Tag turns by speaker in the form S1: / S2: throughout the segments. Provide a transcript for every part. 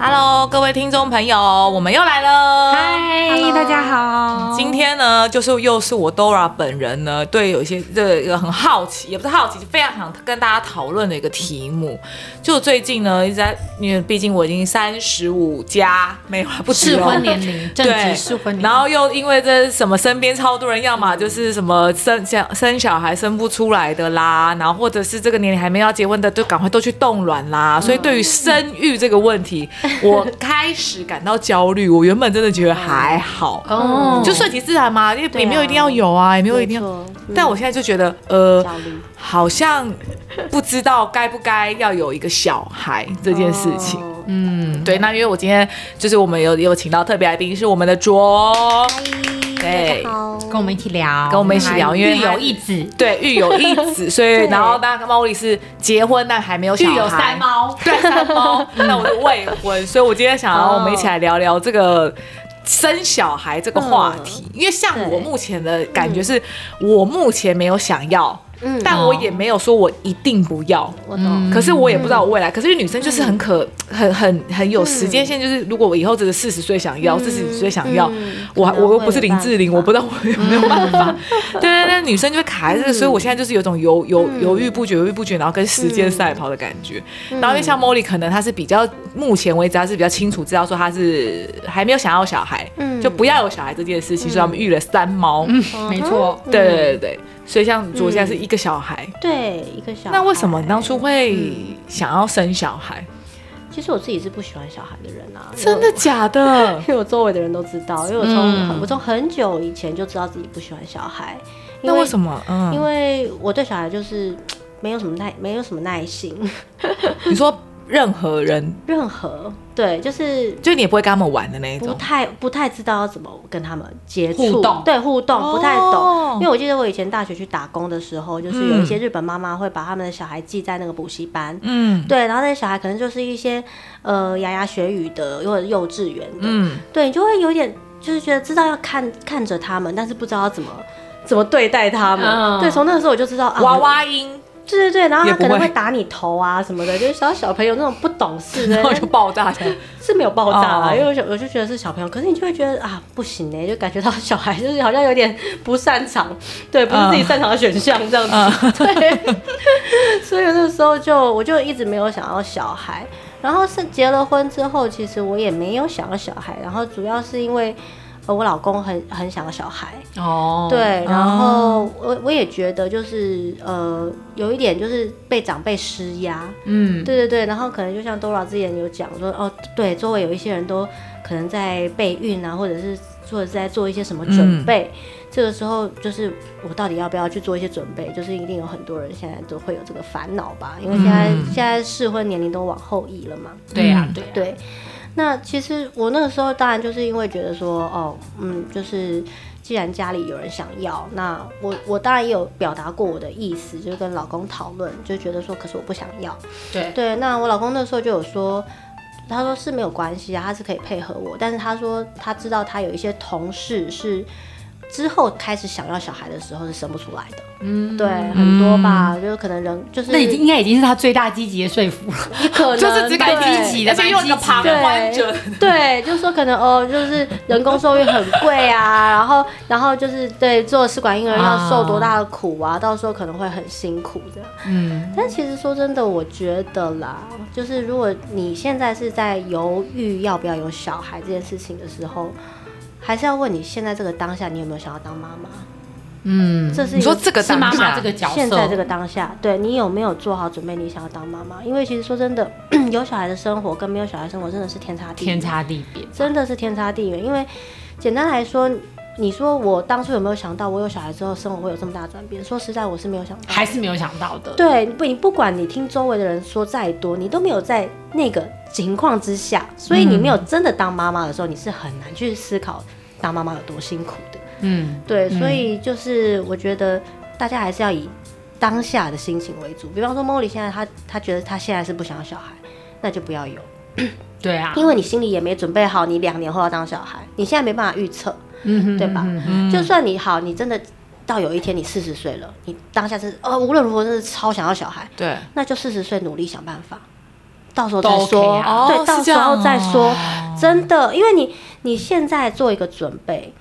S1: Hello，各位听众朋友，我们又来了。
S2: 嗨，大家好。
S1: 今天呢，就是又是我 Dora 本人呢，对有一些这个很好奇，也不是好奇，就非常想跟大家讨论的一个题目。就最近呢，一直在，因为毕竟我已经三十五加，没有啊不止
S2: 适
S1: 哦
S2: 婚年龄，正值适婚年龄。
S1: 然后又因为这什么身边超多人，要么就是什么生想生小孩生不出来的啦，然后或者是这个年龄还没要结婚的，就赶快都去冻卵啦。所以对于生育这个问 题，我开始感到焦虑。我原本真的觉得还好，
S2: 哦
S1: 就顺其自然嘛，因为也没有一定要有啊，也没有一定要。
S2: 嗯
S1: 但我现在就觉得，呃，好像不知道该不该要有一个小孩这件事情。
S2: 哦
S3: 哦
S1: 嗯，对，那因为我今天就是我们有有请到特别来宾，是我们的卓，
S2: 哎
S1: 对，
S2: 跟我们一起聊，
S1: 跟我们一起聊因为
S2: 育有一子，
S1: 对，育有一子，所 以然后那猫里是结婚但还没有小孩，
S2: 育有三，猫，
S1: 对，三 猫，那我是未婚，所以我今天想要我们一起来聊聊这个。生小孩这个话题，因为像我
S2: 嗯对
S1: 目前的感觉是，我目前没有想要，
S3: 嗯
S1: 但我也没有说我一定不要。
S3: 我懂。
S1: 可是我也不知道我未来，可是因为女生就是很可、很很很有时间线，就是如果我以后真的四十岁想要，四十几岁想要，
S3: 嗯
S1: 我还
S3: 可能
S1: 我又
S3: 会
S1: 不是
S3: 有
S1: 林志玲，
S3: 办法嗯
S1: 我不知道我有没有办法。 对对对，女生就会卡在这个，所以我现在就是有种犹犹
S3: 嗯
S1: 犹豫不决、犹豫不决，然后跟时间赛跑的感觉。然后因为
S3: 嗯
S1: 像 Molly，可能她是比较目前为止，她是比较清楚知道说她是还没有想要小孩，
S3: 嗯
S1: 就不要有小孩这件事情，所以他们育了三猫。
S2: 嗯没错。
S1: 对对对对，所以像主现在是一个小孩，
S3: 对一个小孩
S1: 那为什么你当初会想要生小孩？
S2: 嗯
S3: 其实我自己是不喜欢小孩的人啊，
S1: 真的假的？
S3: 因为我，因为我周围的人都知道，因为我从、
S2: 嗯
S3: 我从很久以前就知道自己不喜欢小孩。因
S1: 那为什么？嗯，
S3: 因为我对小孩就是嘖没有什么耐，没有什么耐心，
S1: 你说任何人，
S3: 任何对就是。
S1: 就你也不会跟他们玩的那一
S3: 不
S1: 种。
S3: 太不太知道要怎么跟他们接触，
S2: 互动
S3: 对互动
S1: 哦
S3: 不太懂、因为我记得我以前大学去打工的时候，就是有一些
S1: 嗯
S3: 日本妈妈会把他们的小孩寄在那个补习班，
S1: 嗯
S3: 对，然后那些小孩可能就是一些呃牙牙学语的，或者幼稚园的，
S1: 嗯，
S3: 对你就会有点就是觉得知道要看看着他们，但是不知道要怎么怎么对待他们。
S2: 嗯
S3: 对，从那个时候我就知道啊，
S1: 娃娃音，
S3: 对对对，然后
S1: 也
S3: 他
S1: 不
S3: 可能
S1: 会
S3: 会打你头啊什么的，就是小小朋友那种不懂事 的
S1: 然，
S2: 嗯
S1: 后就爆炸这样。
S3: 是没有爆炸啦，
S1: 哦
S3: 因为我就我就觉得是小朋友，可是你就会觉得啊不行呢、就感觉到小孩就是好像有点不擅长，对，不
S1: 嗯
S3: 是自己擅长的选项这样子， 对，所以那时候就我就一直没有想要小孩，然后是结了婚之后，其实我也没有想要小孩，然后主要是因为。呃，我老公很很想要小孩，
S2: 哦，
S3: 对，然
S1: 哦
S3: 后我我也觉得就是呃，有一点就是被长辈施压，
S2: 嗯，
S3: 对对对，然后可能就像 Dora 之前有讲说，哦，对，周围有一些人都可能在备孕啊，或者是或者是在做一些什么准备，这个时候就是我到底要不要去做一些准备？就是一定有很多人现在都会有这个烦恼吧，因为现在、
S1: 嗯
S3: 现在适婚年龄都往后移了嘛。
S2: 对呀
S1: 嗯，
S2: 对呀，
S3: 对，那其实我那个时候当然就是因为觉得说，哦，嗯，就是既然家里有人想要，那我我当然也有表达过我的意思，就是跟老公讨论，就觉得说，可是我不想要。
S2: 对，
S3: 对，那我老公那时候就有说，他说是没有关系啊，他是可以配合我，但是他说他知道他有一些同事是之后开始想要小孩的时候是生不出来的，
S2: 嗯，
S3: 对，很多吧，就是可能人就是
S2: 那已 经应该已经是他最大积极的说 服了，
S3: 也可能
S1: 就是只
S3: 对
S1: 敢
S2: 积极的
S1: 而且又有一个旁观者。
S3: 对，就是说可能哦，就是人工受孕很贵啊，然后然后就是对做试管婴儿要受多大的苦啊，到时候可能会很辛苦这样。
S2: 嗯，
S3: 但其实说真的，我觉得啦，就是如果你现在是在犹豫要不要有小孩这件事情的时候，还是要问你现在这个当下，你有没有想要当妈妈？
S2: 嗯，
S3: 这是一
S1: 你说这个
S2: 是
S1: 当
S2: 妈妈
S1: 下
S2: 这个角色，
S3: 现在这个当下，对你有没有做好准备？你想要当妈妈？因为其实说真的， 有小孩的生活跟没有小孩生活真的是天差地
S2: 天
S3: 远，
S2: 差地别，
S3: 真的是天差地远。因为简单来说，你说我当初有没有想到，我有小孩之后生活会有这么大的转变？说实在，我是没有想到。
S2: 还是没有想到的。
S3: 对，不，你不管你听周围的人说再多，你都没有在那个情况之下，所以你没有真的当妈妈的时候，你是很难去思考当妈妈有多辛苦的。
S2: 嗯，
S3: 对，所以就是我觉得大家还是要以当下的心情为主。比方说，Molly 现在她她觉得她现在是不想要小孩，那就不要有，
S2: 对啊，
S3: 因为你心里也没准备好，你两年后要当小孩，你现在没办法预测。
S2: 嗯哼，
S3: 对吧
S2: 嗯哼
S1: 嗯
S3: 就算你好，你真的到有一天你四十岁了，你当下是呃无论如何真的是超想要小孩，
S1: 对，
S3: 那就四十岁努力想办法，到时候
S2: 都
S3: 再
S2: OK
S3: 说。
S2: 啊
S1: 哦
S3: 对，
S1: 是
S3: 到
S1: 这
S3: 时候
S1: 样
S3: 再
S1: 哦
S3: 说。真的，因为你你现在做一个准备，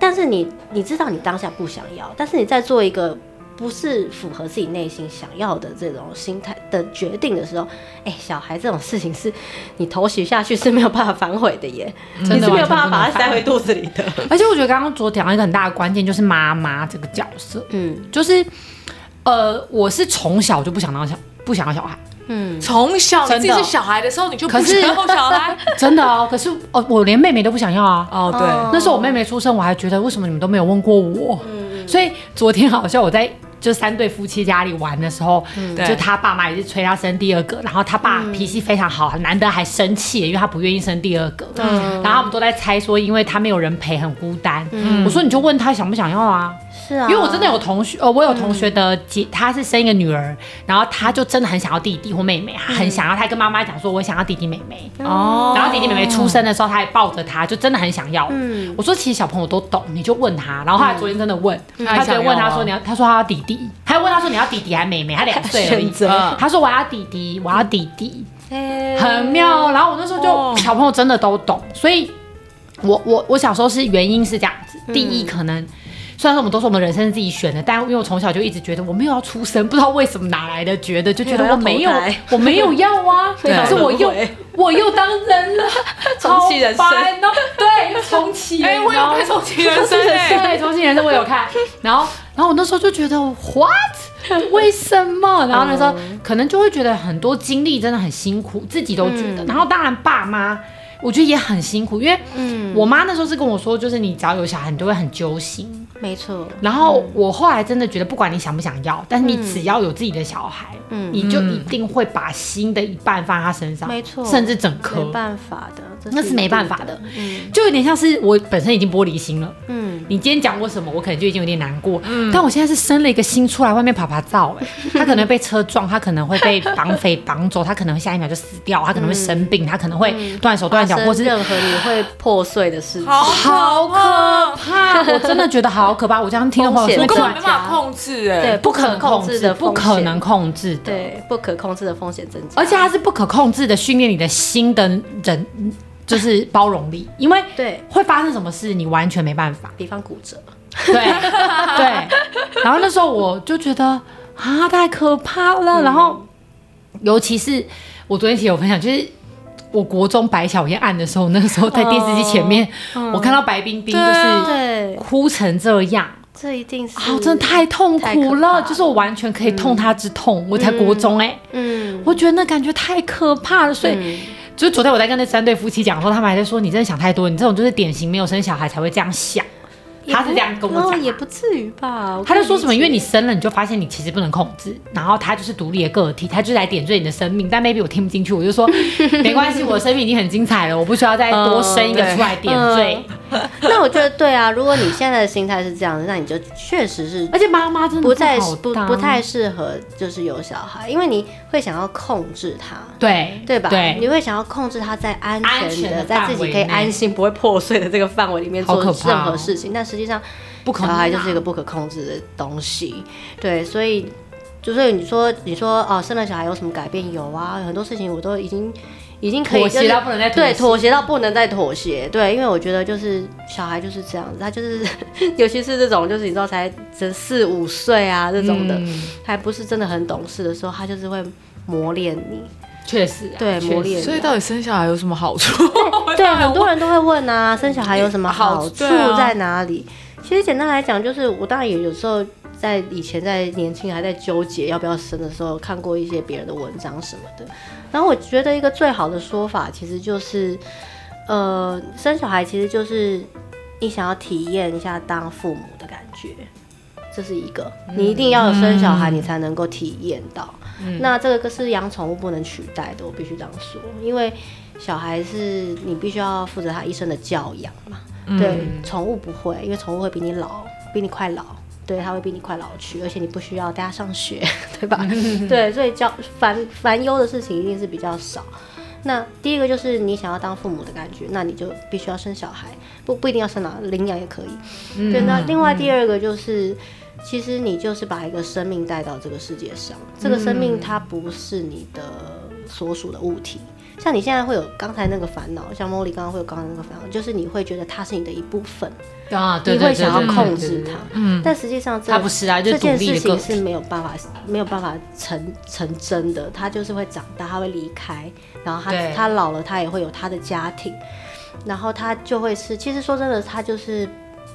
S3: 但是你你知道你当下不想要，但是你在做一个不是符合自己内心想要的这种心态的决定的时候，哎，小孩这种事情是你头洗下去是没有办法反悔的耶，
S2: 真
S3: 你
S2: 的
S3: 是没
S2: 完
S3: 有
S2: 全
S3: 办法
S2: 不能
S3: 把它塞
S2: 反
S3: 回肚子里的。
S2: 而且我觉得刚刚昨天讲到一个很大的关键就是妈妈这个角色，
S3: 嗯
S2: 就是呃，我是从小就不想当小不想要小孩，
S3: 嗯，
S1: 从小你
S2: 真
S1: 自
S2: 的
S1: 己是小孩的时候，你 就不
S2: 可是
S1: 想要小孩。
S2: 真的哦。可是哦，我连妹妹都不想要啊。
S1: 哦，对，
S2: 那时候我妹妹出生，我还觉得为什么你们都没有问过我？
S1: 嗯
S2: 所以昨天好像我在就三对夫妻家里玩的时候，
S1: 嗯对嗯
S2: 就他爸妈也是催他生第二个，然后他爸脾气非常好，难得还生气，因为他不愿意生第二个。
S3: 嗯
S2: 然后我们都在猜说，因为他没有人陪，很孤单。
S1: 嗯
S2: 我说你就问他想不想要啊，
S3: 是啊，嗯
S2: 因为我真的有同学，呃，我有同学的姐，她是生一个女儿，然后她就真的很想要弟弟或妹妹，她
S3: 嗯
S2: 很想要，她跟妈妈讲说，我想要弟弟妹妹。
S1: 哦
S2: 然后弟弟妹妹出生的时候，她还抱着她，就真的很想要。
S3: 嗯
S2: 我说其实小朋友都懂，你就问他。然后后来昨天真的问，
S1: 嗯
S2: 他直接问
S1: 他还想要
S2: 他
S1: 吗
S2: 说你要，他说他要弟弟，还问他说你要弟弟还妹妹，他两岁而已
S3: 选。择
S1: 嗯
S2: 他说我要弟弟，我要弟弟。
S3: 哎
S2: 很妙。然后我那时候就、
S1: 哦
S2: 小朋友真的都懂，所以我我我小时候是原因是这样子，
S3: 嗯
S2: 第一可能。虽然说我们都说我们人生是自己选的，但因为我从小就一直觉得我没有要出生，不知道为什么哪来的觉得就觉得
S3: 没有
S2: 我没有
S3: 要投胎
S2: 我没有要啊，
S1: 对
S2: 可是我又
S3: 轮回
S2: 我又当 人了，
S3: 重启人生
S2: 好烦哦对，又重启了。
S1: 哎，我有
S2: 你知道吗
S1: 看《重启人生》哎，
S2: 对，重庆人生我有看，然后然后我那时候就觉得 what 为什么？然后那时候
S1: 嗯
S2: 可能就会觉得很多经历真的很辛苦，自己都觉得。
S1: 嗯
S2: 然后当然爸妈，我觉得也很辛苦，因为
S3: 嗯
S2: 我妈那时候是跟我说，就是你只要有小孩，你就会很揪心。
S3: 没错，
S2: 然后我后来真的觉得，不管你想不想要，但是你只要有自己的小孩，
S3: 嗯
S2: 你就一定会把心的一半放在他身上，
S3: 没错
S2: 甚至整颗
S3: 没，办法的，
S2: 那是没办法
S3: 的。
S2: 的。
S3: 嗯
S2: 就有点像是我本身已经玻璃心了，
S3: 嗯，
S2: 你今天讲我什么，我可能就已经有点难过。但我现在是生了一个心出来，外面爬爬照、 哎，他可能被车撞，他可能会被绑匪绑走，他可能会下一秒就死掉，他可能会生病，他可能会断手断脚，或
S3: 嗯发生
S2: 是
S3: 任何你会破碎的事情，
S1: 好
S2: 好
S1: 怕
S2: 可啊怕！我真的觉得好可怕。我这样听的话，
S3: 风险
S1: 我
S2: 我
S1: 根
S2: 根
S1: 本
S2: 本
S1: 没办法控制哎
S3: 对。
S2: 不可能控制的，不
S3: 不
S2: 可
S3: 可
S2: 能
S3: 能
S2: 控制的，
S3: 对不可控制的风险增加，
S2: 而且它是不可控制的，训练你的心的人，就是包容力，因为
S3: 对
S2: 会发生什么事，你完全没办法。
S3: 比方骨折，
S2: 对 对。然后那时候我就觉得啊，太可怕了。然后，尤其是我昨天其实有分享，就是。我国中白小燕案的时候，那个时候在电视机前面，我看到白冰冰就是
S3: 对，
S2: 哭成这样，
S3: 这一定是，
S2: 啊，我啊真的太痛
S3: 太可
S2: 苦
S3: 怕
S2: 了，
S3: 了
S2: 就是我完全可以痛她之痛。我才国中哎、
S3: 嗯，
S2: 我觉得那感觉太可怕了，所以。就是昨天我在跟那三对夫妻讲的时候，他们还在说你真的想太多，你这种就是典型没有生小孩才会这样想。
S3: 也
S2: 他是
S3: 不
S2: 这样跟我
S3: 哦
S2: 讲啊，
S3: 也不至于吧，我
S2: 他
S3: 可以
S2: 就说什么，
S3: 理
S2: 因
S3: 解
S2: 为你生了，你就发现你其实不能控制，然后他就是独立的个体，他就是来点缀你的生命。但 maybe 我听不进去，我就 说没关系，我的生命已经很精彩了，我不需要再多生一个出来点缀。
S3: 嗯那我觉得对啊，如果你现在的心态是这样子，那你就确实是
S2: 而且妈妈真的
S3: 不太
S2: 好
S3: 不
S2: 当
S3: 不太适合，就是有小孩，因为你会想要控制他，
S2: 对
S3: 对吧？你
S2: 对，
S3: 会想要控制他在安
S2: 安全
S3: 全
S2: 的
S3: 的、在自己可
S2: 范
S3: 以
S2: 围内
S3: 安心、不会破碎的这个范围里面
S2: 好
S3: 做
S2: 可怕哦
S3: 任何事情，但实际上
S2: 不可
S3: 小
S2: 能啊
S3: 孩就是一个不可控制的东西，对，所以。就所以你说你说哦，生了小孩有什么改变？有啊，很多事情我都已经已经可以
S2: 妥协
S3: 就是
S2: 到不能再妥协
S3: 对妥协到不能再妥协，对，因为我觉得就是小孩就是这样子，他就是 尤其是这种就是你知道才只四五岁啊这种的，
S2: 嗯
S3: 还不是真的很懂事的时候，他就是会磨练你，
S2: 确实啊
S3: 对
S2: 确实
S3: 磨练
S1: 所以到底生小孩有什么好处？
S3: 对，很多人都会问啊，生小孩有什么好处
S1: 好对啊
S3: 在哪里？其实简单来讲，就是我当然也有时候在以前在年轻还在纠结要不要生的时候，看过一些别人的文章什么的。然后我觉得一个最好的说法，其实就是，呃，生小孩其实就是你想要体验一下当父母的感觉，这是一个你一定要有生小孩，你才能够体验到。那这个是养宠物不能取代的，我必须这样说，因为小孩是你必须要负责他一生的教养嘛。对，宠物不会，因为宠物会比你老，比你快老。对，它会比你快老去，而且你不需要带它上学， 对吧？对，所以教烦烦忧的事情一定是比较少。那第一个就是你想要当父母的感觉，那你就必须要生小孩，不不一定要生啊，领养也可以。对，那另外第二个就是，其实你就是把一个生命带到这个世界上，这个生命它不是你的所属的物体。像你现在会有刚才那个烦恼，像茉莉刚刚会有刚刚那个烦恼，就是你会觉得它是你的一部分，
S2: 啊，对
S3: 你
S2: 对
S3: 会
S2: 对
S3: 想要
S2: 对
S3: 控
S2: 对对
S3: 制
S2: 对
S3: 它。
S1: 嗯，
S3: 但实际上这
S2: 它不是啊就是
S3: 这件
S2: 独立的
S3: 事情
S2: 个体
S3: 是没有办法没有办法成成真的，它就是会长大，它会离开，然后它
S2: 对
S3: 它老了，它也会有它的家庭，然后它就会是，其实说真的，它就是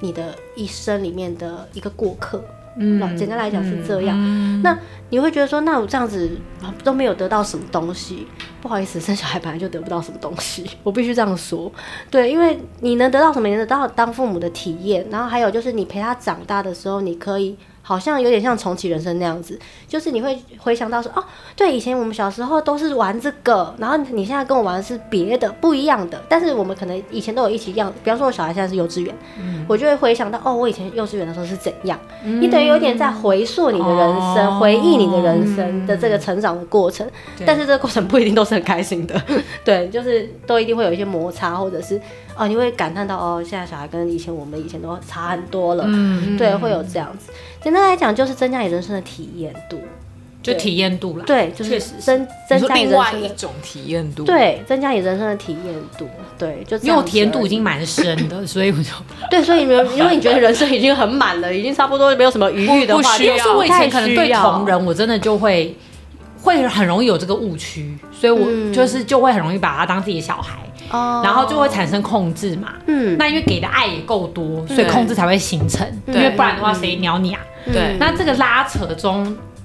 S3: 你的一生里面的一个过客。嗯，简单来讲是这样。那你会觉得说，那我这样子啊都没有得到什么东西，不好意思，生小孩本来就得不到什么东西， 我必须这样说。对，因为你能得到什么，你能得到当父母的体验，然后还有就是你陪他长大的时候，你可以好像有点像重启人生那样子，就是你会回想到说，哦，对，以前我们小时候都是玩这个，然后你现在跟我玩的是别的不一样的，但是我们可能以前都有一起一样，比方说我小孩现在是幼稚园，
S1: 嗯
S3: 我就会回想到，哦，我以前幼稚园的时候是怎样，你等于有点在回溯你的人生，
S1: 哦嗯
S3: 回忆你的人生的这个成长的过程，但是这个过程不一定都是很 开心的，对，就是都一定会有一些摩擦，或者是哦，你会感叹到哦，现在小孩跟以前我们以前都差很多了，
S1: 嗯
S3: 对，会有这样子。简单来讲，就是增加你人生的体验度，
S2: 就体验度啦。
S3: 对，就是
S2: 确实是
S3: 增增
S1: 你说
S3: 加你
S1: 另
S3: 人
S1: 外
S3: 生
S1: 一
S3: 的，
S1: 种体验度，，
S3: 对，增加你人生的体验度，对，就这
S2: 因为我
S3: 样
S2: 体验
S3: 子而
S2: 度已
S3: 已
S2: 经蛮深 的，所以我就
S3: 对，所以你如果你觉得人生已经很满了，已经差不多没有什么余裕的
S2: 不
S3: 话，
S2: 需要。
S3: 就
S2: 就是我以前可能对同。
S3: 太需要
S2: 人，我真的就会会很容易有这个误区，所以我
S3: 嗯
S2: 就是就会很容易把他当自己的小孩，
S3: 哦
S2: 然后就会产生控制嘛。
S3: 嗯
S2: 那因为给的爱也够多，所以控制才会形成。因
S3: 对
S2: 为不
S1: 嗯
S2: 然的话，谁鸟你啊？
S1: 对
S2: 那这个拉扯中，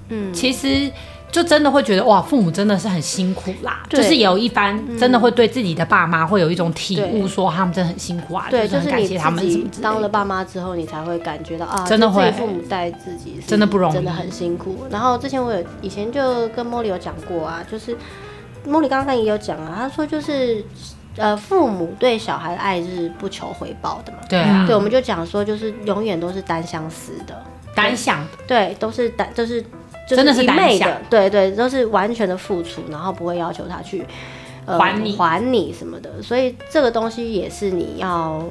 S3: 嗯
S2: 其实就真的会觉得哇，父母真的是很辛苦啦，
S3: 对嗯
S2: 就是有一番真的会对自己的爸妈会有一种体悟，
S3: 对
S2: 说他们真的很辛苦啊，
S3: 对，
S2: 是
S3: 就
S2: 很
S3: 是
S2: 感
S3: 你
S2: 谢他们什
S3: 自
S2: 么
S3: 己
S2: 之
S3: 当
S2: 类
S3: 了
S2: 的。
S3: 爸妈之后，你才会感觉到啊，
S2: 真的
S3: 就自己
S2: 会
S3: 父母带自己是
S2: 真的不容易
S3: 真的很辛苦。然后之前我有以前就跟茉莉有讲过啊，就是茉莉刚刚也有讲啊，她说就是呃，父母对小孩的爱是不求回报的嘛。
S2: 对啊，
S3: 嗯对，我们就讲说，就是永远都是单相思的，
S2: 单向
S3: 对，都是单，就是就
S2: 真的是
S3: 一
S2: 单
S3: 昧
S2: 向
S3: 的，对对，都是完全的付出，然后不会要求他去、呃
S2: 还你
S3: 还你什么的，所以这个东西也是你要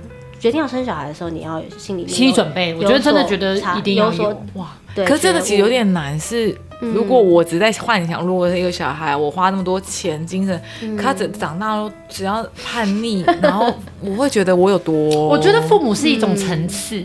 S3: 决定要生小孩的时候，你要心里面
S2: 心理
S3: 有
S2: 准备，我
S3: 有
S2: 觉得真的
S3: 所
S2: 觉得
S3: 察
S2: 一定要
S3: 有所
S2: 有哇，
S3: 对，
S1: 可是这个
S3: 觉
S1: 其实有
S3: 悟
S1: 点难，是如果我只在幻想，如果是一个小孩，我花那么多钱、精神，可他只长大了，只要叛逆， 然后我会觉得我有多，
S2: 我觉得父母是一种层次，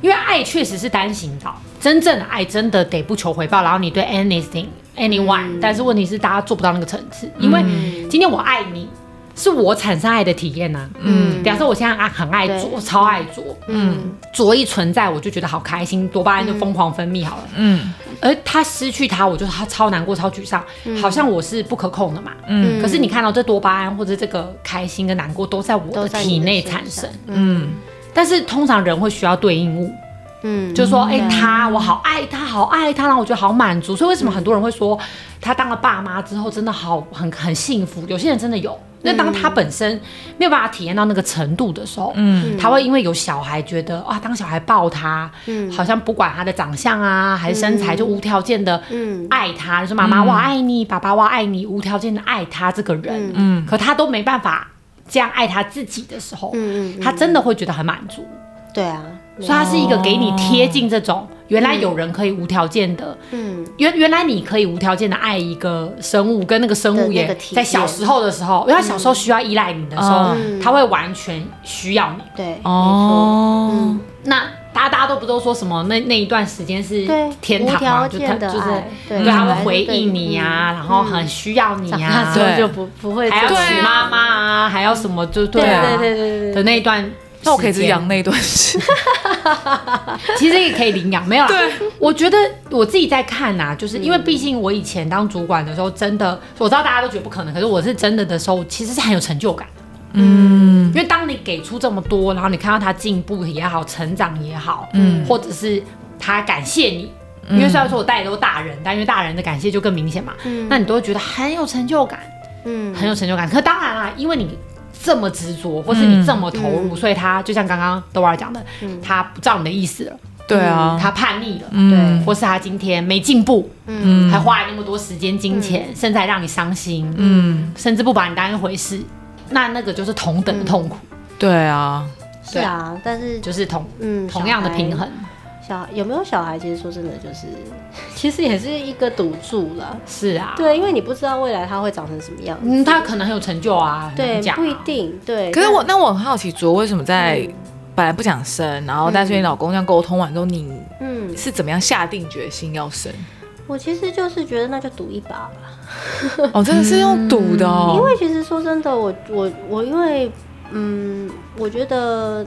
S2: 因为爱确实是单行道，真正的爱真的得不求回报，然后你对 anything anyone，、但是问题是大家做不到那个层次，因为今天我爱你。是我产生爱的体验呐、嗯，比方说我现在啊很爱
S3: 对
S2: 做，超爱做，嗯，做一存在我就觉得好开心，多巴胺就疯狂分泌好了，
S1: 嗯，
S2: 而他失去他，我就他超难过、超沮丧，
S3: 嗯
S2: 好像我是不可控的嘛。嗯，可是你看到这多巴胺或者这个开心跟难过都在我
S3: 都
S2: 的
S3: 在
S2: 体
S3: 你的
S2: 内
S3: 身
S2: 产
S3: 上
S2: 生，
S1: 嗯，
S2: 但是通常人会需要对应物，
S3: 嗯，
S2: 就是说，哎、他我好爱他，好爱他，然后我觉得好满足。所以为什么很多人会说，他当了爸妈之后真的好很很幸福？有些人真的有，
S3: 嗯
S2: 那当他本身没有办法体验到那个程度的时候，嗯，他会因为有小孩觉得啊，当小孩抱他，嗯，好像不管他的长相啊还是身材，就无条件的
S3: 嗯
S2: 爱他，就说妈妈我爱你，爸爸我爱你，无条件的爱他这个人，嗯，可他都没办法这样爱他自己的时候，
S3: 嗯嗯嗯
S2: 他真的会觉得很满足。
S3: 对啊，
S2: 所以它是一个给你贴近这
S3: 哦
S2: 种，原来有人可以无条件的，
S3: 嗯
S2: 原原来你可以无条件的爱一个生物，跟那个生
S3: 的
S2: 物
S3: 那
S2: 也
S3: 个体
S2: 在小
S3: 验哦
S2: 时候的时候，因为他小时候需要依赖你的时候，他会完全需要你。
S3: 对，没错，
S1: 哦，
S2: 那大家大家都不都说什么那那一段时间是
S3: 对
S2: 天
S3: 无
S2: 堂
S3: 条
S2: 嘛，就他
S3: 件的
S2: 就是
S3: 爱对
S2: 对他
S3: 本来
S2: 会
S3: 是
S2: 回
S3: 对嗯
S2: 应你呀，然后很需要你
S3: 长
S2: 呀
S3: 大之，后
S1: 对
S3: 就不不会
S2: 还要
S3: 这样
S2: 娶妈妈啊，还要什么就对
S1: 对
S2: 啊，
S3: 对对对对
S2: 的那一段时间。
S1: 那我可以只养那段时间，
S2: 其实也可以领养，没有啦。我觉得我自己在看呐、就是因为毕竟我以前当主管的时候，真的我知道大家都觉得不可能，可是我是真的的时候，其实是很有成就感。
S1: 嗯
S2: 因为当你给出这么多，然后你看到他进步也好，成长也好，嗯，或者是他感谢你，因为虽然说我带的都是大人，但因为大人的感谢就更明显嘛，
S3: 嗯
S2: 那你都会觉得很有成就感，
S3: 嗯
S2: 很有成就感。可当然啦，因为你这么执着，或是你这么投入，所以他就像刚刚豆儿讲的，他不照你的意思了，
S1: 对啊，
S2: 他叛逆了，
S1: 嗯
S2: 对，或是他今天没进步，
S3: 嗯
S2: 还花了那么多时间、金钱，甚至还让你伤心，
S1: 嗯，
S2: 甚至不把你当一回事，那那个就是同
S3: 嗯
S2: 等的痛苦，
S1: 对啊，
S3: 是啊，但是就
S2: 就是同
S3: 嗯
S2: 同样的平。
S3: 小
S2: 衡
S3: 孩。小有没有小孩，其实说真的，就是其实也是一个赌注啦。
S2: 是啊，，
S3: 对，因为你不知道未来他会长成什么样子。
S2: 嗯，他可能很有成就啊，很
S3: 对
S2: 难讲，啊
S3: 不一。定。对，
S1: 嗯可是
S3: 但
S1: 我那我很好奇，卓为什么在本来不想生，然后但是你老公这样沟通完之后，你
S3: 嗯，
S1: 是怎么样下定决心要生？
S3: 我其实就是觉得那就赌一把吧。
S1: 哦，真的是用赌的哦，
S2: 嗯
S3: 因为其实说真的，我我我因为嗯，我觉得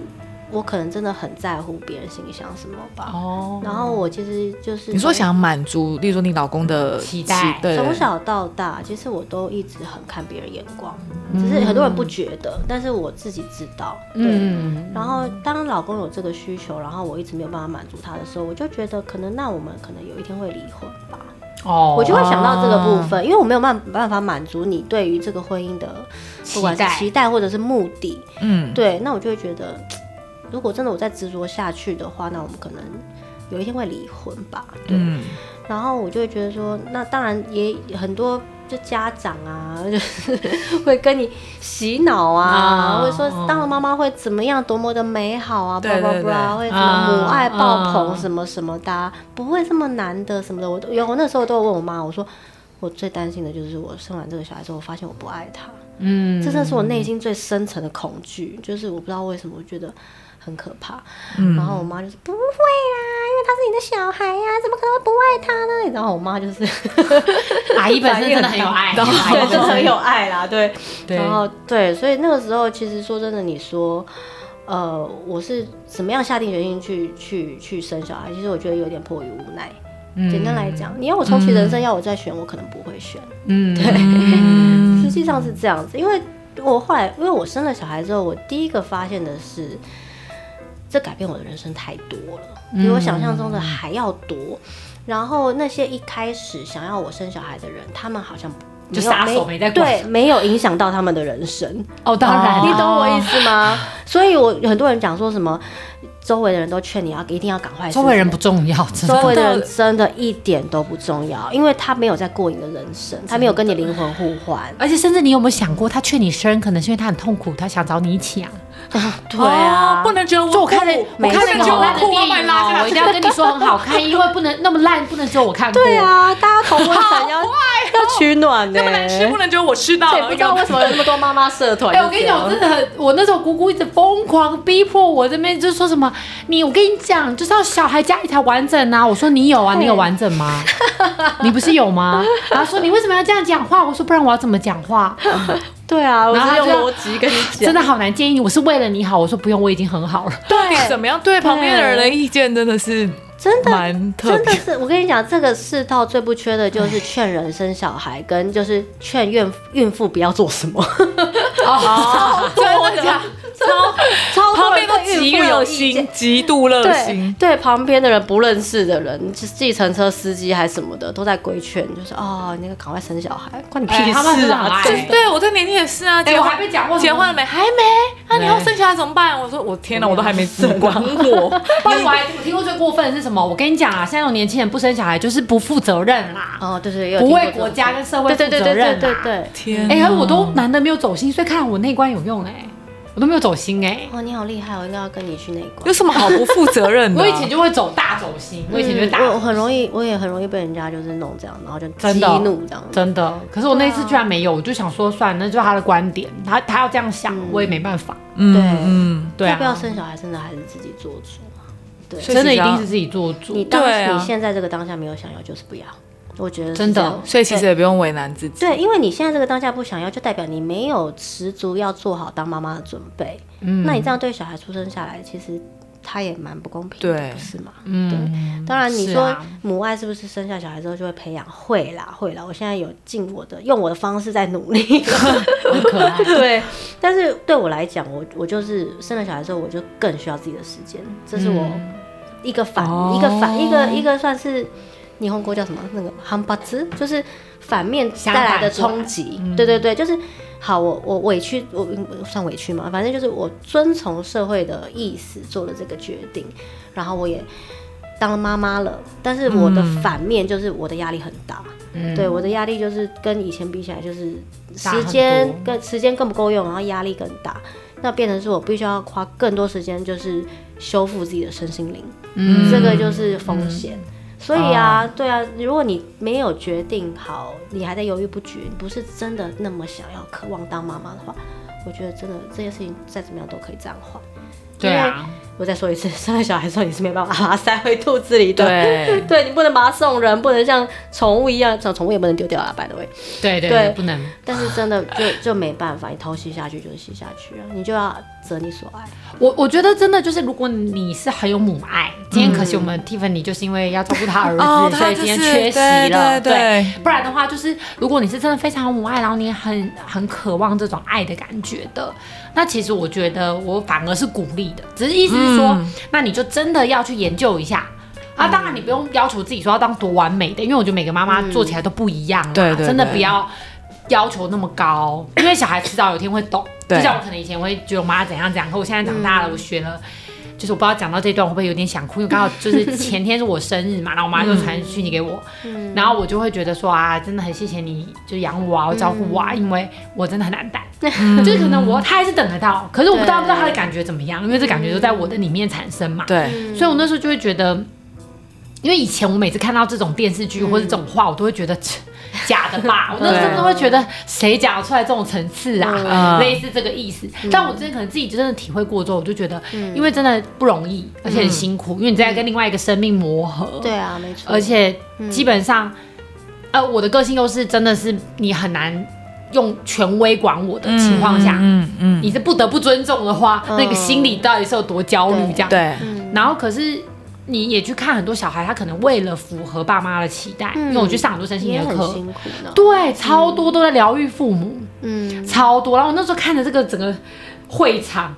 S3: 我可能真的很在乎别人心里想什么吧。
S2: 哦，
S3: 然后我其实就是
S1: 你说
S3: 从
S1: 想满足，例如说你老公的
S2: 期待
S1: 对，
S3: 从小到大，其实我都一直很看别人眼光，
S1: 嗯
S3: 只是很多人不觉得，但是我自己知道。对。
S2: 嗯，
S3: 然后，当老公有这个需求，然后我一直没有办法满足他的时候，我就觉得可能那我们可能有一天会离婚吧。
S2: 哦，
S3: 我就会想到这个部分，因为我没有办办法满足你对于这个婚姻的不管
S2: 期
S3: 是
S2: 待
S3: 期待或者是目的，
S1: 嗯，
S3: 对，那我就会觉得，如果真的我再执着下去的话，那我们可能有一天会离婚吧，对。
S1: 嗯，
S3: 然后我就会觉得说，那当然也很多就家长啊， 就是会跟你洗脑啊，
S2: 啊
S3: 会说当了妈妈会怎么样，多么的美好啊，
S1: 嗯对
S3: 巴拉
S1: 对
S3: 巴拉，
S1: 对
S3: 会怎么母爱爆
S2: 啊
S3: 棚什么什么的啊、不会这么难的什么的。我都有我那时候都有问我妈，我说我最担心的就是我生完这个小孩之后，我发现我不爱他，
S2: 嗯，
S3: 这真的是我内心最深层的恐惧，就是我不知道为什么我觉得。很可怕，
S2: 嗯
S3: 然后我妈就是不会啦，因为他是你的小孩呀、怎么可能会不爱他呢？然后我妈就是
S2: 阿姨本身真的很有爱，
S1: 反应很
S3: 对，
S1: 大
S3: 真的很有爱啦，对。
S2: 对
S3: 然后对，所以那个时候其实说真的，你说，呃，我是怎么样下定决心去去去生小孩？其实我觉得有点迫于无奈。简单来讲，你要我重启人生，要我再选，我可能不会选。
S2: 嗯，对，
S3: 实际上是这样子，因为我后来因为我生了小孩之后，我第一个发现的是，这改变我的人生太多了，比我想象中
S2: 嗯
S3: 的还要多。然后那些一开始想要我生小孩的人，他们好像没
S2: 就
S3: 有
S2: 撒手没在管
S3: 对，没有影响到他们的人生。
S2: 哦，当然，
S3: 你懂我意 思吗？所以我很多人讲说什么，周围的人都劝你要一定要赶快生，
S2: 周围人不重要，真
S3: 周
S2: 的。
S3: 围的人真的一点都不重要，因为他没有在过你的人生，他没有跟你灵魂互换。
S2: 而且甚至你有没有想过，他劝你生，可能是因为他很痛苦，他想找你一起啊。
S3: 对
S1: 哦
S3: 啊，
S1: 不能觉得我
S2: 就我看了，
S1: 我
S2: 我
S1: 看
S2: 看了
S1: 了
S2: 你
S1: 就
S2: 好烂
S1: 我
S2: 的
S1: 哭，
S2: 电
S1: 我把你
S2: 影
S1: 拉
S2: 哦，
S1: 下
S2: 我一
S1: 去
S2: 定。要跟你说很好看，因为不能那么烂，不能只有我看过。
S3: 对，啊，大家同温层要、
S2: 哦
S3: 要取暖呢、
S1: 那么难吃，不能觉得我吃到
S3: 这也
S1: 了，
S3: 不知道为什么有那么多妈妈社团。
S2: 哎、我跟你讲，我真的很，我那时候姑姑一直疯狂逼迫我这边，就是说什么，你我跟你讲，就是要小孩家里才完整啊。我说你有啊，你有完整吗？ 你不是有吗？然后说你为什么要这样讲话？我说不然我要怎么讲话？
S3: 对啊，我
S2: 然后
S3: 是
S2: 他
S3: 用
S2: 就
S3: 逻辑跟你讲，
S2: 真的好难建议。我是为了你好，我说不用，我已经很好了。
S1: 对怎么样对旁边的人的意见真的是
S3: 真的
S1: 蛮特
S3: 真的
S1: 别。
S3: 是，我跟你讲，这个世道最不缺的就是劝人生小孩，跟就是劝孕孕妇不要做什 么，
S2: 哦，
S1: 真 的假的
S3: 超超
S1: 旁
S3: 多人
S1: 边都
S3: 对
S1: 极
S3: 孕妇有
S1: 热
S3: 意
S1: 心
S3: 见，。
S1: 极度热
S3: 对
S1: 心。
S3: 对，旁边的人不认识的人，就是计程车司机还是什么的，都在规劝，就是哦，那个赶快生小孩，关你屁
S2: 哎他们真
S3: 事
S2: 的
S3: 啊！
S2: 很爱
S3: 真的
S1: 对，我这年纪也是啊，结
S2: 我
S1: 婚
S2: 还被讲过什么
S1: 结婚了没？还没。那你要生小孩怎么办？我说我天哪，我都还没生，管我。
S2: 不然我还我听过最过分的是什么？我跟你讲啊，现在有年轻人不生小孩就是不负责任啦，
S3: 哦，对对，也有
S2: 不
S3: 听
S2: 为
S3: 过这
S2: 国
S3: 种
S2: 家跟社会
S3: 对
S2: 负责
S3: 对
S2: 任啊
S3: 对对对
S2: 啦
S3: 对对。
S1: 天哪，
S2: 哎、可是我都难得没有走心，所以看来我那一关有用哎、我都没有走心哎、
S3: 哇，哦你好厉害！我应该要跟你去那一关
S1: 有。什么好不负责任的啊？
S2: 我以前就会走大走心，我以前就会大
S3: 嗯我
S2: 走
S3: 我
S2: 心
S3: 很容易，我也很容易被人家就是弄这样，然后就激
S2: 真的
S3: 怒这样子。
S2: 真的，可是我那一次居然没有，
S3: 啊
S2: 我就想说算了，那就是他的观点，他他要这样想，我也没办法。
S1: 嗯
S3: 对啊
S1: 嗯，
S2: 对
S3: 要不要
S2: 啊，
S3: 生小孩，真的还是自己做主啊。
S1: 所以
S2: 真的
S1: 其
S2: 一
S1: 实要
S2: 定是自己做主
S3: 你。当时、
S1: 对啊
S3: 你现在这个当下没有想要，就是不要。我觉得是
S2: 真的
S3: 这样
S1: 所以其实也不用为难自己。
S3: 对，因为你现在这个当下不想要，就代表你没有十足要做好当妈妈的准备。嗯，那你这样对小孩出生下来，其实他也蛮不公平的，
S1: 对
S3: 不是吗？
S2: 嗯，
S3: 当然，你
S2: 是
S3: 说
S2: 啊
S3: 母爱是不是生下小孩之后就会培养？会啦，会啦。我现在有尽我的，用我的方式在努力。
S2: 很可爱，
S3: 对，但是对我来讲，我我就是生了小孩之后，我就更需要自己的时间，这是我
S2: 嗯
S3: 一个反、
S1: 哦
S3: 一个反一个一个算是霓虹国叫什么那个 h a m b a 就是反面带来的冲击。对对对，就是好，我我委屈，我我算委屈嘛，反正就是我遵从社会的意思做了这个决定，然后我也。当了妈妈了，但是我的反面就是我的压力很大，
S2: 嗯
S3: 对，我的压力就是跟以前比起来，就是
S2: 大很
S3: 时
S2: 多
S3: 间更时间更不够用，然后压力更大，那变成是我必须要花更多时间，就是修复自己的身心灵，
S2: 嗯哦
S3: 这个就是风险。所以啊，对啊，如果你没有决定好，你还在犹豫不决，你不是真的那么想要渴望当妈妈的话，我觉得真的这件事情再怎么样都可以暂缓。
S2: 对啊，
S3: 我再说一次，生了小孩之后你是没办法把它塞回肚子里的，
S1: 对，
S3: 对你啊不能把它送人，不能像宠物一样，像宠物也不能丢掉啊，by the way。
S2: 对对
S3: 对
S2: 对，不能
S3: 但是真的就就没办法，你偷袭下去就是吸下去啊，你就要择你所爱。
S2: 我我觉得真的就是，如果你是很有母爱，今天可惜我们 Tiffany 就是因为要照顾他儿子，
S1: 嗯哦
S2: 所以
S1: 他
S2: 今
S1: 就是
S2: 天缺席了。
S1: 对对对
S2: 不然的话就是，如果你是真的非常有母爱，然后你很很渴望这种爱的感觉的，那其实我觉得我反而是鼓励的，只是意思是说，
S1: 嗯
S2: 那你就真的要去研究一下。啊，当然你不用要求自己说要当多完美的，因为我觉得每个妈妈做起来都不一样啦，啊
S1: 对对对
S2: 真的不要要求那么高，因为小孩迟早有一天会懂。
S1: 对
S2: 就像我可能以前会觉得我妈怎样怎样，可我现在长大了，我学了。就是我不知道讲到这段会不会有点想哭，因为刚好就是前天是我生日嘛，然后我妈就传讯息给我，然后我就会觉得说啊，真的很谢谢你，就养我啊，照顾我啊，
S1: 嗯
S2: 因为我真的很难带， 就是可能我她还是等得到，可是我不知道不知
S3: 对
S2: 道她的感觉怎么样，因为这感觉都在我的里面产生嘛，
S1: 对，
S3: 嗯
S2: 所以我那时候就会觉得，因为以前我每次看到这种电视剧
S1: 嗯
S2: 或者这种话，我都会觉得 切假的吧，我那时候真的会觉得谁讲出来这种层次啊，
S1: 嗯
S2: 类似这个意思。但我之前可能自己真的体会过之后，我就觉得，
S1: 嗯
S2: 因为真的不容易，而且很辛苦，因为你在跟另外一个生命磨合，
S3: 对，啊，没错。
S2: 而且
S3: 嗯
S2: 基本上，呃，我的个性又是真的是你很难。用权威管我的情况下，
S1: 嗯嗯，
S2: 你是不得不尊重的话，
S3: 嗯
S2: 那个心理到底是有多焦虑？这样，
S1: 对，
S2: 然后可是你也去看很多小孩，他可能为了符合爸妈的期待，因为我去上很多身心
S3: 也
S2: 灵的
S3: 很
S2: 课，
S3: 辛苦呢。
S2: 对，超多都在疗愈父母，
S3: 嗯，
S2: 超多。然后我那时候看着这个整个会场。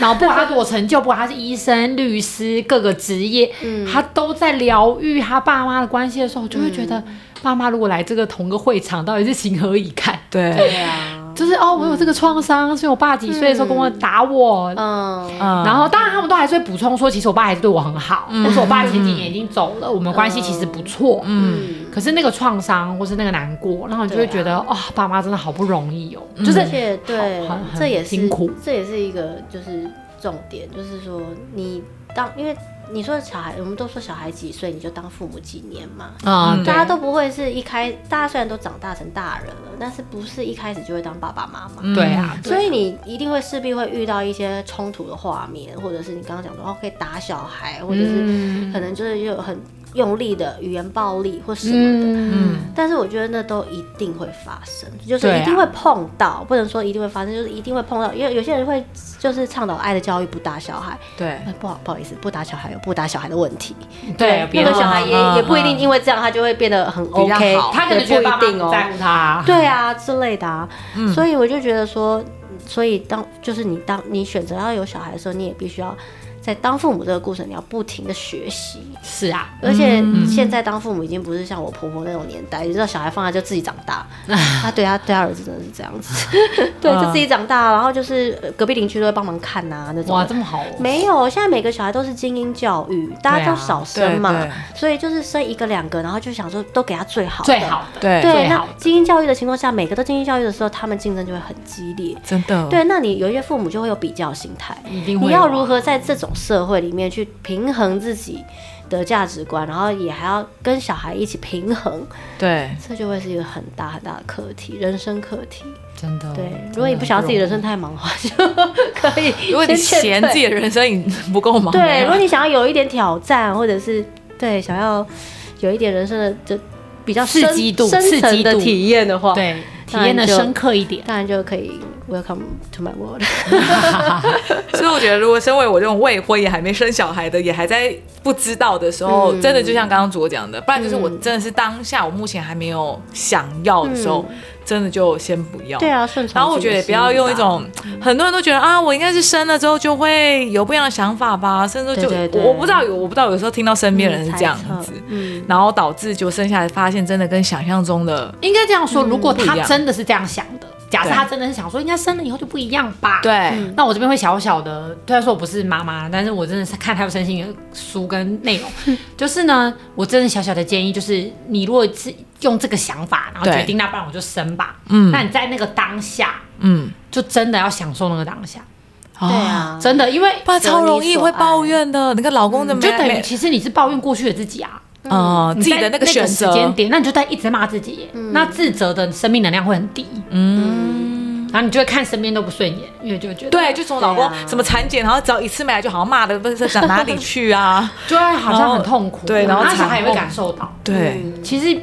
S2: 然后不管他多有成就，不管他是医生、律师，各个职业，他都在疗愈他爸妈的关系的时候，我就会觉得，爸妈如果来这个同个会场，到底是情何以堪？
S1: 对，
S3: 对啊，
S2: 就是哦，我有这个创伤，所以我爸几岁的时候跟我打我，
S3: 嗯，
S1: 嗯，
S2: 然后当然他们都还是会补充说，其实我爸还是对我很好，或是我爸前几年已经走
S3: 嗯
S2: 了，我们关系其实不错。
S1: 嗯
S2: 可是那个创伤或是那个难过，然后你就会觉
S3: 啊
S2: 得，哦，爸妈真的好不容易哦，就是
S3: 而且对
S2: 好很，很
S3: 这也是
S2: 辛苦
S3: 这也是一个就是重点，就是说你当因为你说小孩，我们都说小孩几岁你就当父母几年嘛，
S2: 啊，
S3: 大家
S2: 对
S3: 都不会是一开，大家虽然都长大成大人了，但是不是一开始就会当爸爸妈妈。
S2: 对啊，
S3: 所以你一定会势必会遇到一些冲突的画面，或者是你刚刚讲说哦可以打小孩，或者是可能就是有很用力的语言暴力或什么的。
S2: 嗯，
S3: 但是我觉得那都一定会发生，就是
S2: 对啊
S3: 一定会碰到，不能说一定会发生，就是一定会碰到。因为有些人会就是倡导爱的教育，不打小孩。
S1: 对，
S3: 哎不好不好意思，不打小孩有不打小孩的问题。
S2: 对，别
S3: 那
S2: 人
S3: 个小孩也、
S1: 嗯
S3: 也不一定
S1: 嗯
S3: 因为这样他就会变得很
S2: 比较
S3: OK，
S2: 好他可
S3: 也
S2: 能觉得爸
S3: 不一
S2: 妈
S3: 定
S2: 不
S3: 哦。
S2: 在乎他，
S3: 对啊之类的啊。
S2: 嗯
S3: 所以我就觉得说，所以当就是你当你选择要有小孩的时候，你也必须要在当父母这个过程，你要不停的学习。
S2: 是啊，
S3: 而且现在当父母已经不是像我婆婆那种年代，你知道小孩放下就自己长 大，他对啊他对他儿子真的是这样子，对，
S2: 嗯
S3: 就自己长大，然后就是呃隔壁邻居都会帮忙看呐、那种
S2: 哇，
S3: 的。
S2: 这么好哦，
S3: 没有，现在每个小孩都是精英教育，大家
S2: 对啊
S3: 都少生嘛，
S1: 对对
S3: 所以就是生一个两个，然后就想说都给他最好的
S2: 最好的，
S1: 对
S3: 对，
S2: 最
S3: 那
S2: 好的
S3: 精英教育的情况下，每个都精英教育的时候，他们竞争就会很激烈。
S1: 真的，
S3: 对，那你有一些父母就会有比较心态，
S2: 嗯一定会
S3: 你
S2: 有
S3: 要
S2: 啊
S3: 如何在这种社会里面去平衡自己的价值观，然后也还要跟小孩一起平衡，
S2: 嗯
S1: 对，
S3: 这就会是一个很大很大的课题，人生课题。
S2: 真的，
S3: 对，
S2: 真的
S3: 如果你不想要自己人生
S2: 很
S3: 太忙的话，就可以
S1: 如果你
S3: 先
S1: 嫌
S3: 劝
S1: 自己的人生你不够忙，
S3: 退对，如果你想要有一点挑战，或者是对想要有一点人生的就比较
S2: 刺
S3: 深
S2: 激度
S3: 深
S2: 刺
S3: 层
S2: 激
S3: 的
S2: 度
S3: 体验的话，
S2: 不容易对体验的
S3: 当然就
S2: 深刻一点，
S3: 当然就可以 Welcome to my world。
S1: 所以我觉得，如果身为我这种未婚也还没生小孩的，也还在不知道的时候，真的就像刚刚主播讲的，不然就是我真的是当下我目前还没有想要的时候，真的就先不要。
S3: 对啊，顺从。
S1: 然后我觉得也不要
S3: 啊
S1: 用一，种，很多人都觉得啊，我应该是生了之后就会有不一样的想法吧，甚至就
S3: 对对对
S1: 我我不知道有我不知道有时候听到身边人是这样子，
S3: 嗯，
S1: 然后导致就生下来发现真的跟想象中的
S2: 应该这样
S3: 嗯
S2: 说，如果
S1: 不一
S2: 他
S1: 样
S2: 真的是这样想的，假设
S1: 对
S2: 他真的是想说，应该生了以后就不一样吧。。
S1: 对
S2: 那我这边会小小的，虽然说我不是妈妈，但是我真的是看他有身心的书跟内容， 就是呢，我真的小小的建议就是，你如果是用这个想法，然后
S1: 对
S2: 决定那不然我就生吧，
S1: 嗯
S2: 那你在那个当下
S1: 嗯，
S2: 就真的要享受那个当下，
S1: 对
S3: 对，啊，
S2: 真的，因为
S1: 不然超容易会抱怨的，那个老公怎么
S2: 你就等于
S1: 没
S2: 其实你是抱怨过去的自己啊，
S1: 呃
S2: 你
S1: 自己
S2: 在
S1: 的
S2: 那
S1: 个选
S2: 时间
S1: 择，
S2: 点，那你就在一直骂自己耶，那自责的生命能量会很低，
S1: 嗯。
S2: 然后你就会看身边都不顺眼，因为就会觉得
S1: 对，就从老
S3: 对
S1: 公
S3: 啊
S1: 什么产检，然后只要一次没来，就好像骂的不知道到哪里去啊。
S2: 就会好像很痛苦，啊
S1: 对然后
S2: 小孩也
S1: 产后
S2: 会感受到。
S1: 对，
S3: 嗯
S2: 其实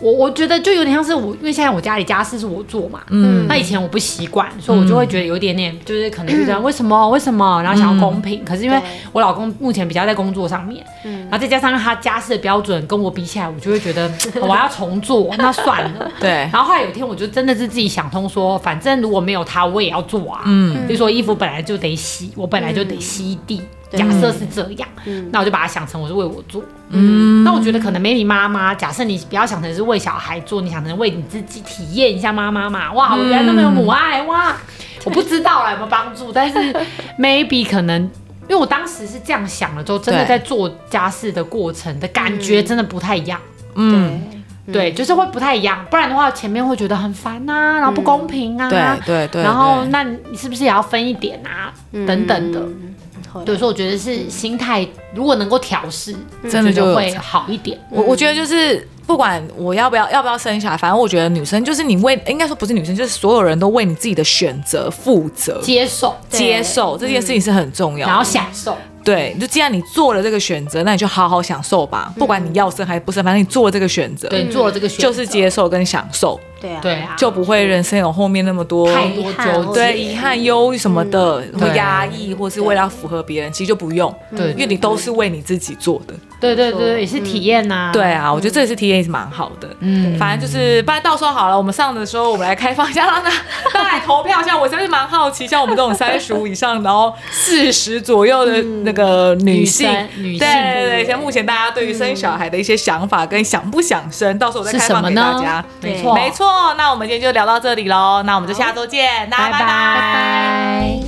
S2: 我我觉得就有点像是我，因为现在我家里家事是我做嘛，
S1: 嗯
S2: 那以前我不习惯，所以我就会觉得有一点点，就是可能就这样，为什么为什么，然后想要公平。可是因为
S3: 对
S2: 我老公目前比较在工作上面，然后再加上他家事的标准跟我比起来，我就会觉得哦我要重做，那算了。
S1: 对，
S2: 然后后来有一天，我就真的是自己想通说，反正如果没有他，我也要做啊。嗯，比如说衣服本来就得洗，我本来就得吸地。
S3: 对
S2: 假设是这样，
S3: 嗯
S2: 那我就把它想成我是为我做。
S1: 嗯，
S2: 那我觉得可能没你妈妈，假设你不要想成是为小孩做，你想成为你自己体验一下妈妈嘛。哇，我原来那么有母爱哇！我不知道啦啊有没有帮助，但 是 maybe 可能。因为我当时是这样想了之后，真的
S1: 对
S2: 在做家事的过程的感觉真的不太一样，
S1: 嗯，
S2: 对，就是会不太一样。不然的话，前面会觉得很烦呐、然后不公平啊，
S1: 嗯对对对。
S2: 然后
S1: 对
S2: 那你是不是也要分一点啊，
S3: 嗯
S2: 等等
S1: 欸
S2: 的。，
S3: 会啊
S2: 对，所以我觉得是心态，如果能够调试，
S1: 嗯真的
S2: 我觉
S1: 就
S2: 得
S1: 有
S2: 会好一点。
S1: 我我觉得就是不管我要不要要不要生小孩，反正我觉得女生就是你为应该说不是女生，就是所有人都为你自己的选择负责。
S2: 接受，
S3: 对
S1: 接受这件事情是很重要的，
S2: 然后享受。
S1: 对，就既然你做了这个选择，那你就好好享受吧。不管你要生还是不生，反正你做了这个选择，
S2: 嗯对，你做了这个选择，
S1: 就是接受跟享受，
S3: 对啊，
S2: 对啊，
S1: 就不会人生有后面那么多
S2: 太多纠结。
S1: 对遗憾、忧郁什么的，会
S2: 对
S1: 压抑，或是为了要符合别人，其实就不用，
S2: 对
S1: 因为你都是为你自己做的。
S2: 对对对对，也是体验呐。
S1: 对，啊，我觉得这也是体验也是蛮好的。
S2: 嗯，
S1: 反正就是，不然到时候好了，我们上的时候，我们来开放一下，让大家 大家来投票一下。我真是蛮好奇，像我们这种三十五以上，然后四十左右的那个女性，
S2: 嗯女生女性
S1: 对对对，像目前大家对于生小孩的一些想法跟想不想生，到时候我再
S2: 是
S1: 开
S2: 什
S1: 放
S2: 么
S1: 给大
S2: 呢
S1: 家。？
S3: 对
S2: 没错，
S1: 没错，那我们今天就聊到这里喽，那我们就下周见，大家
S2: 拜
S1: 拜拜
S2: 拜。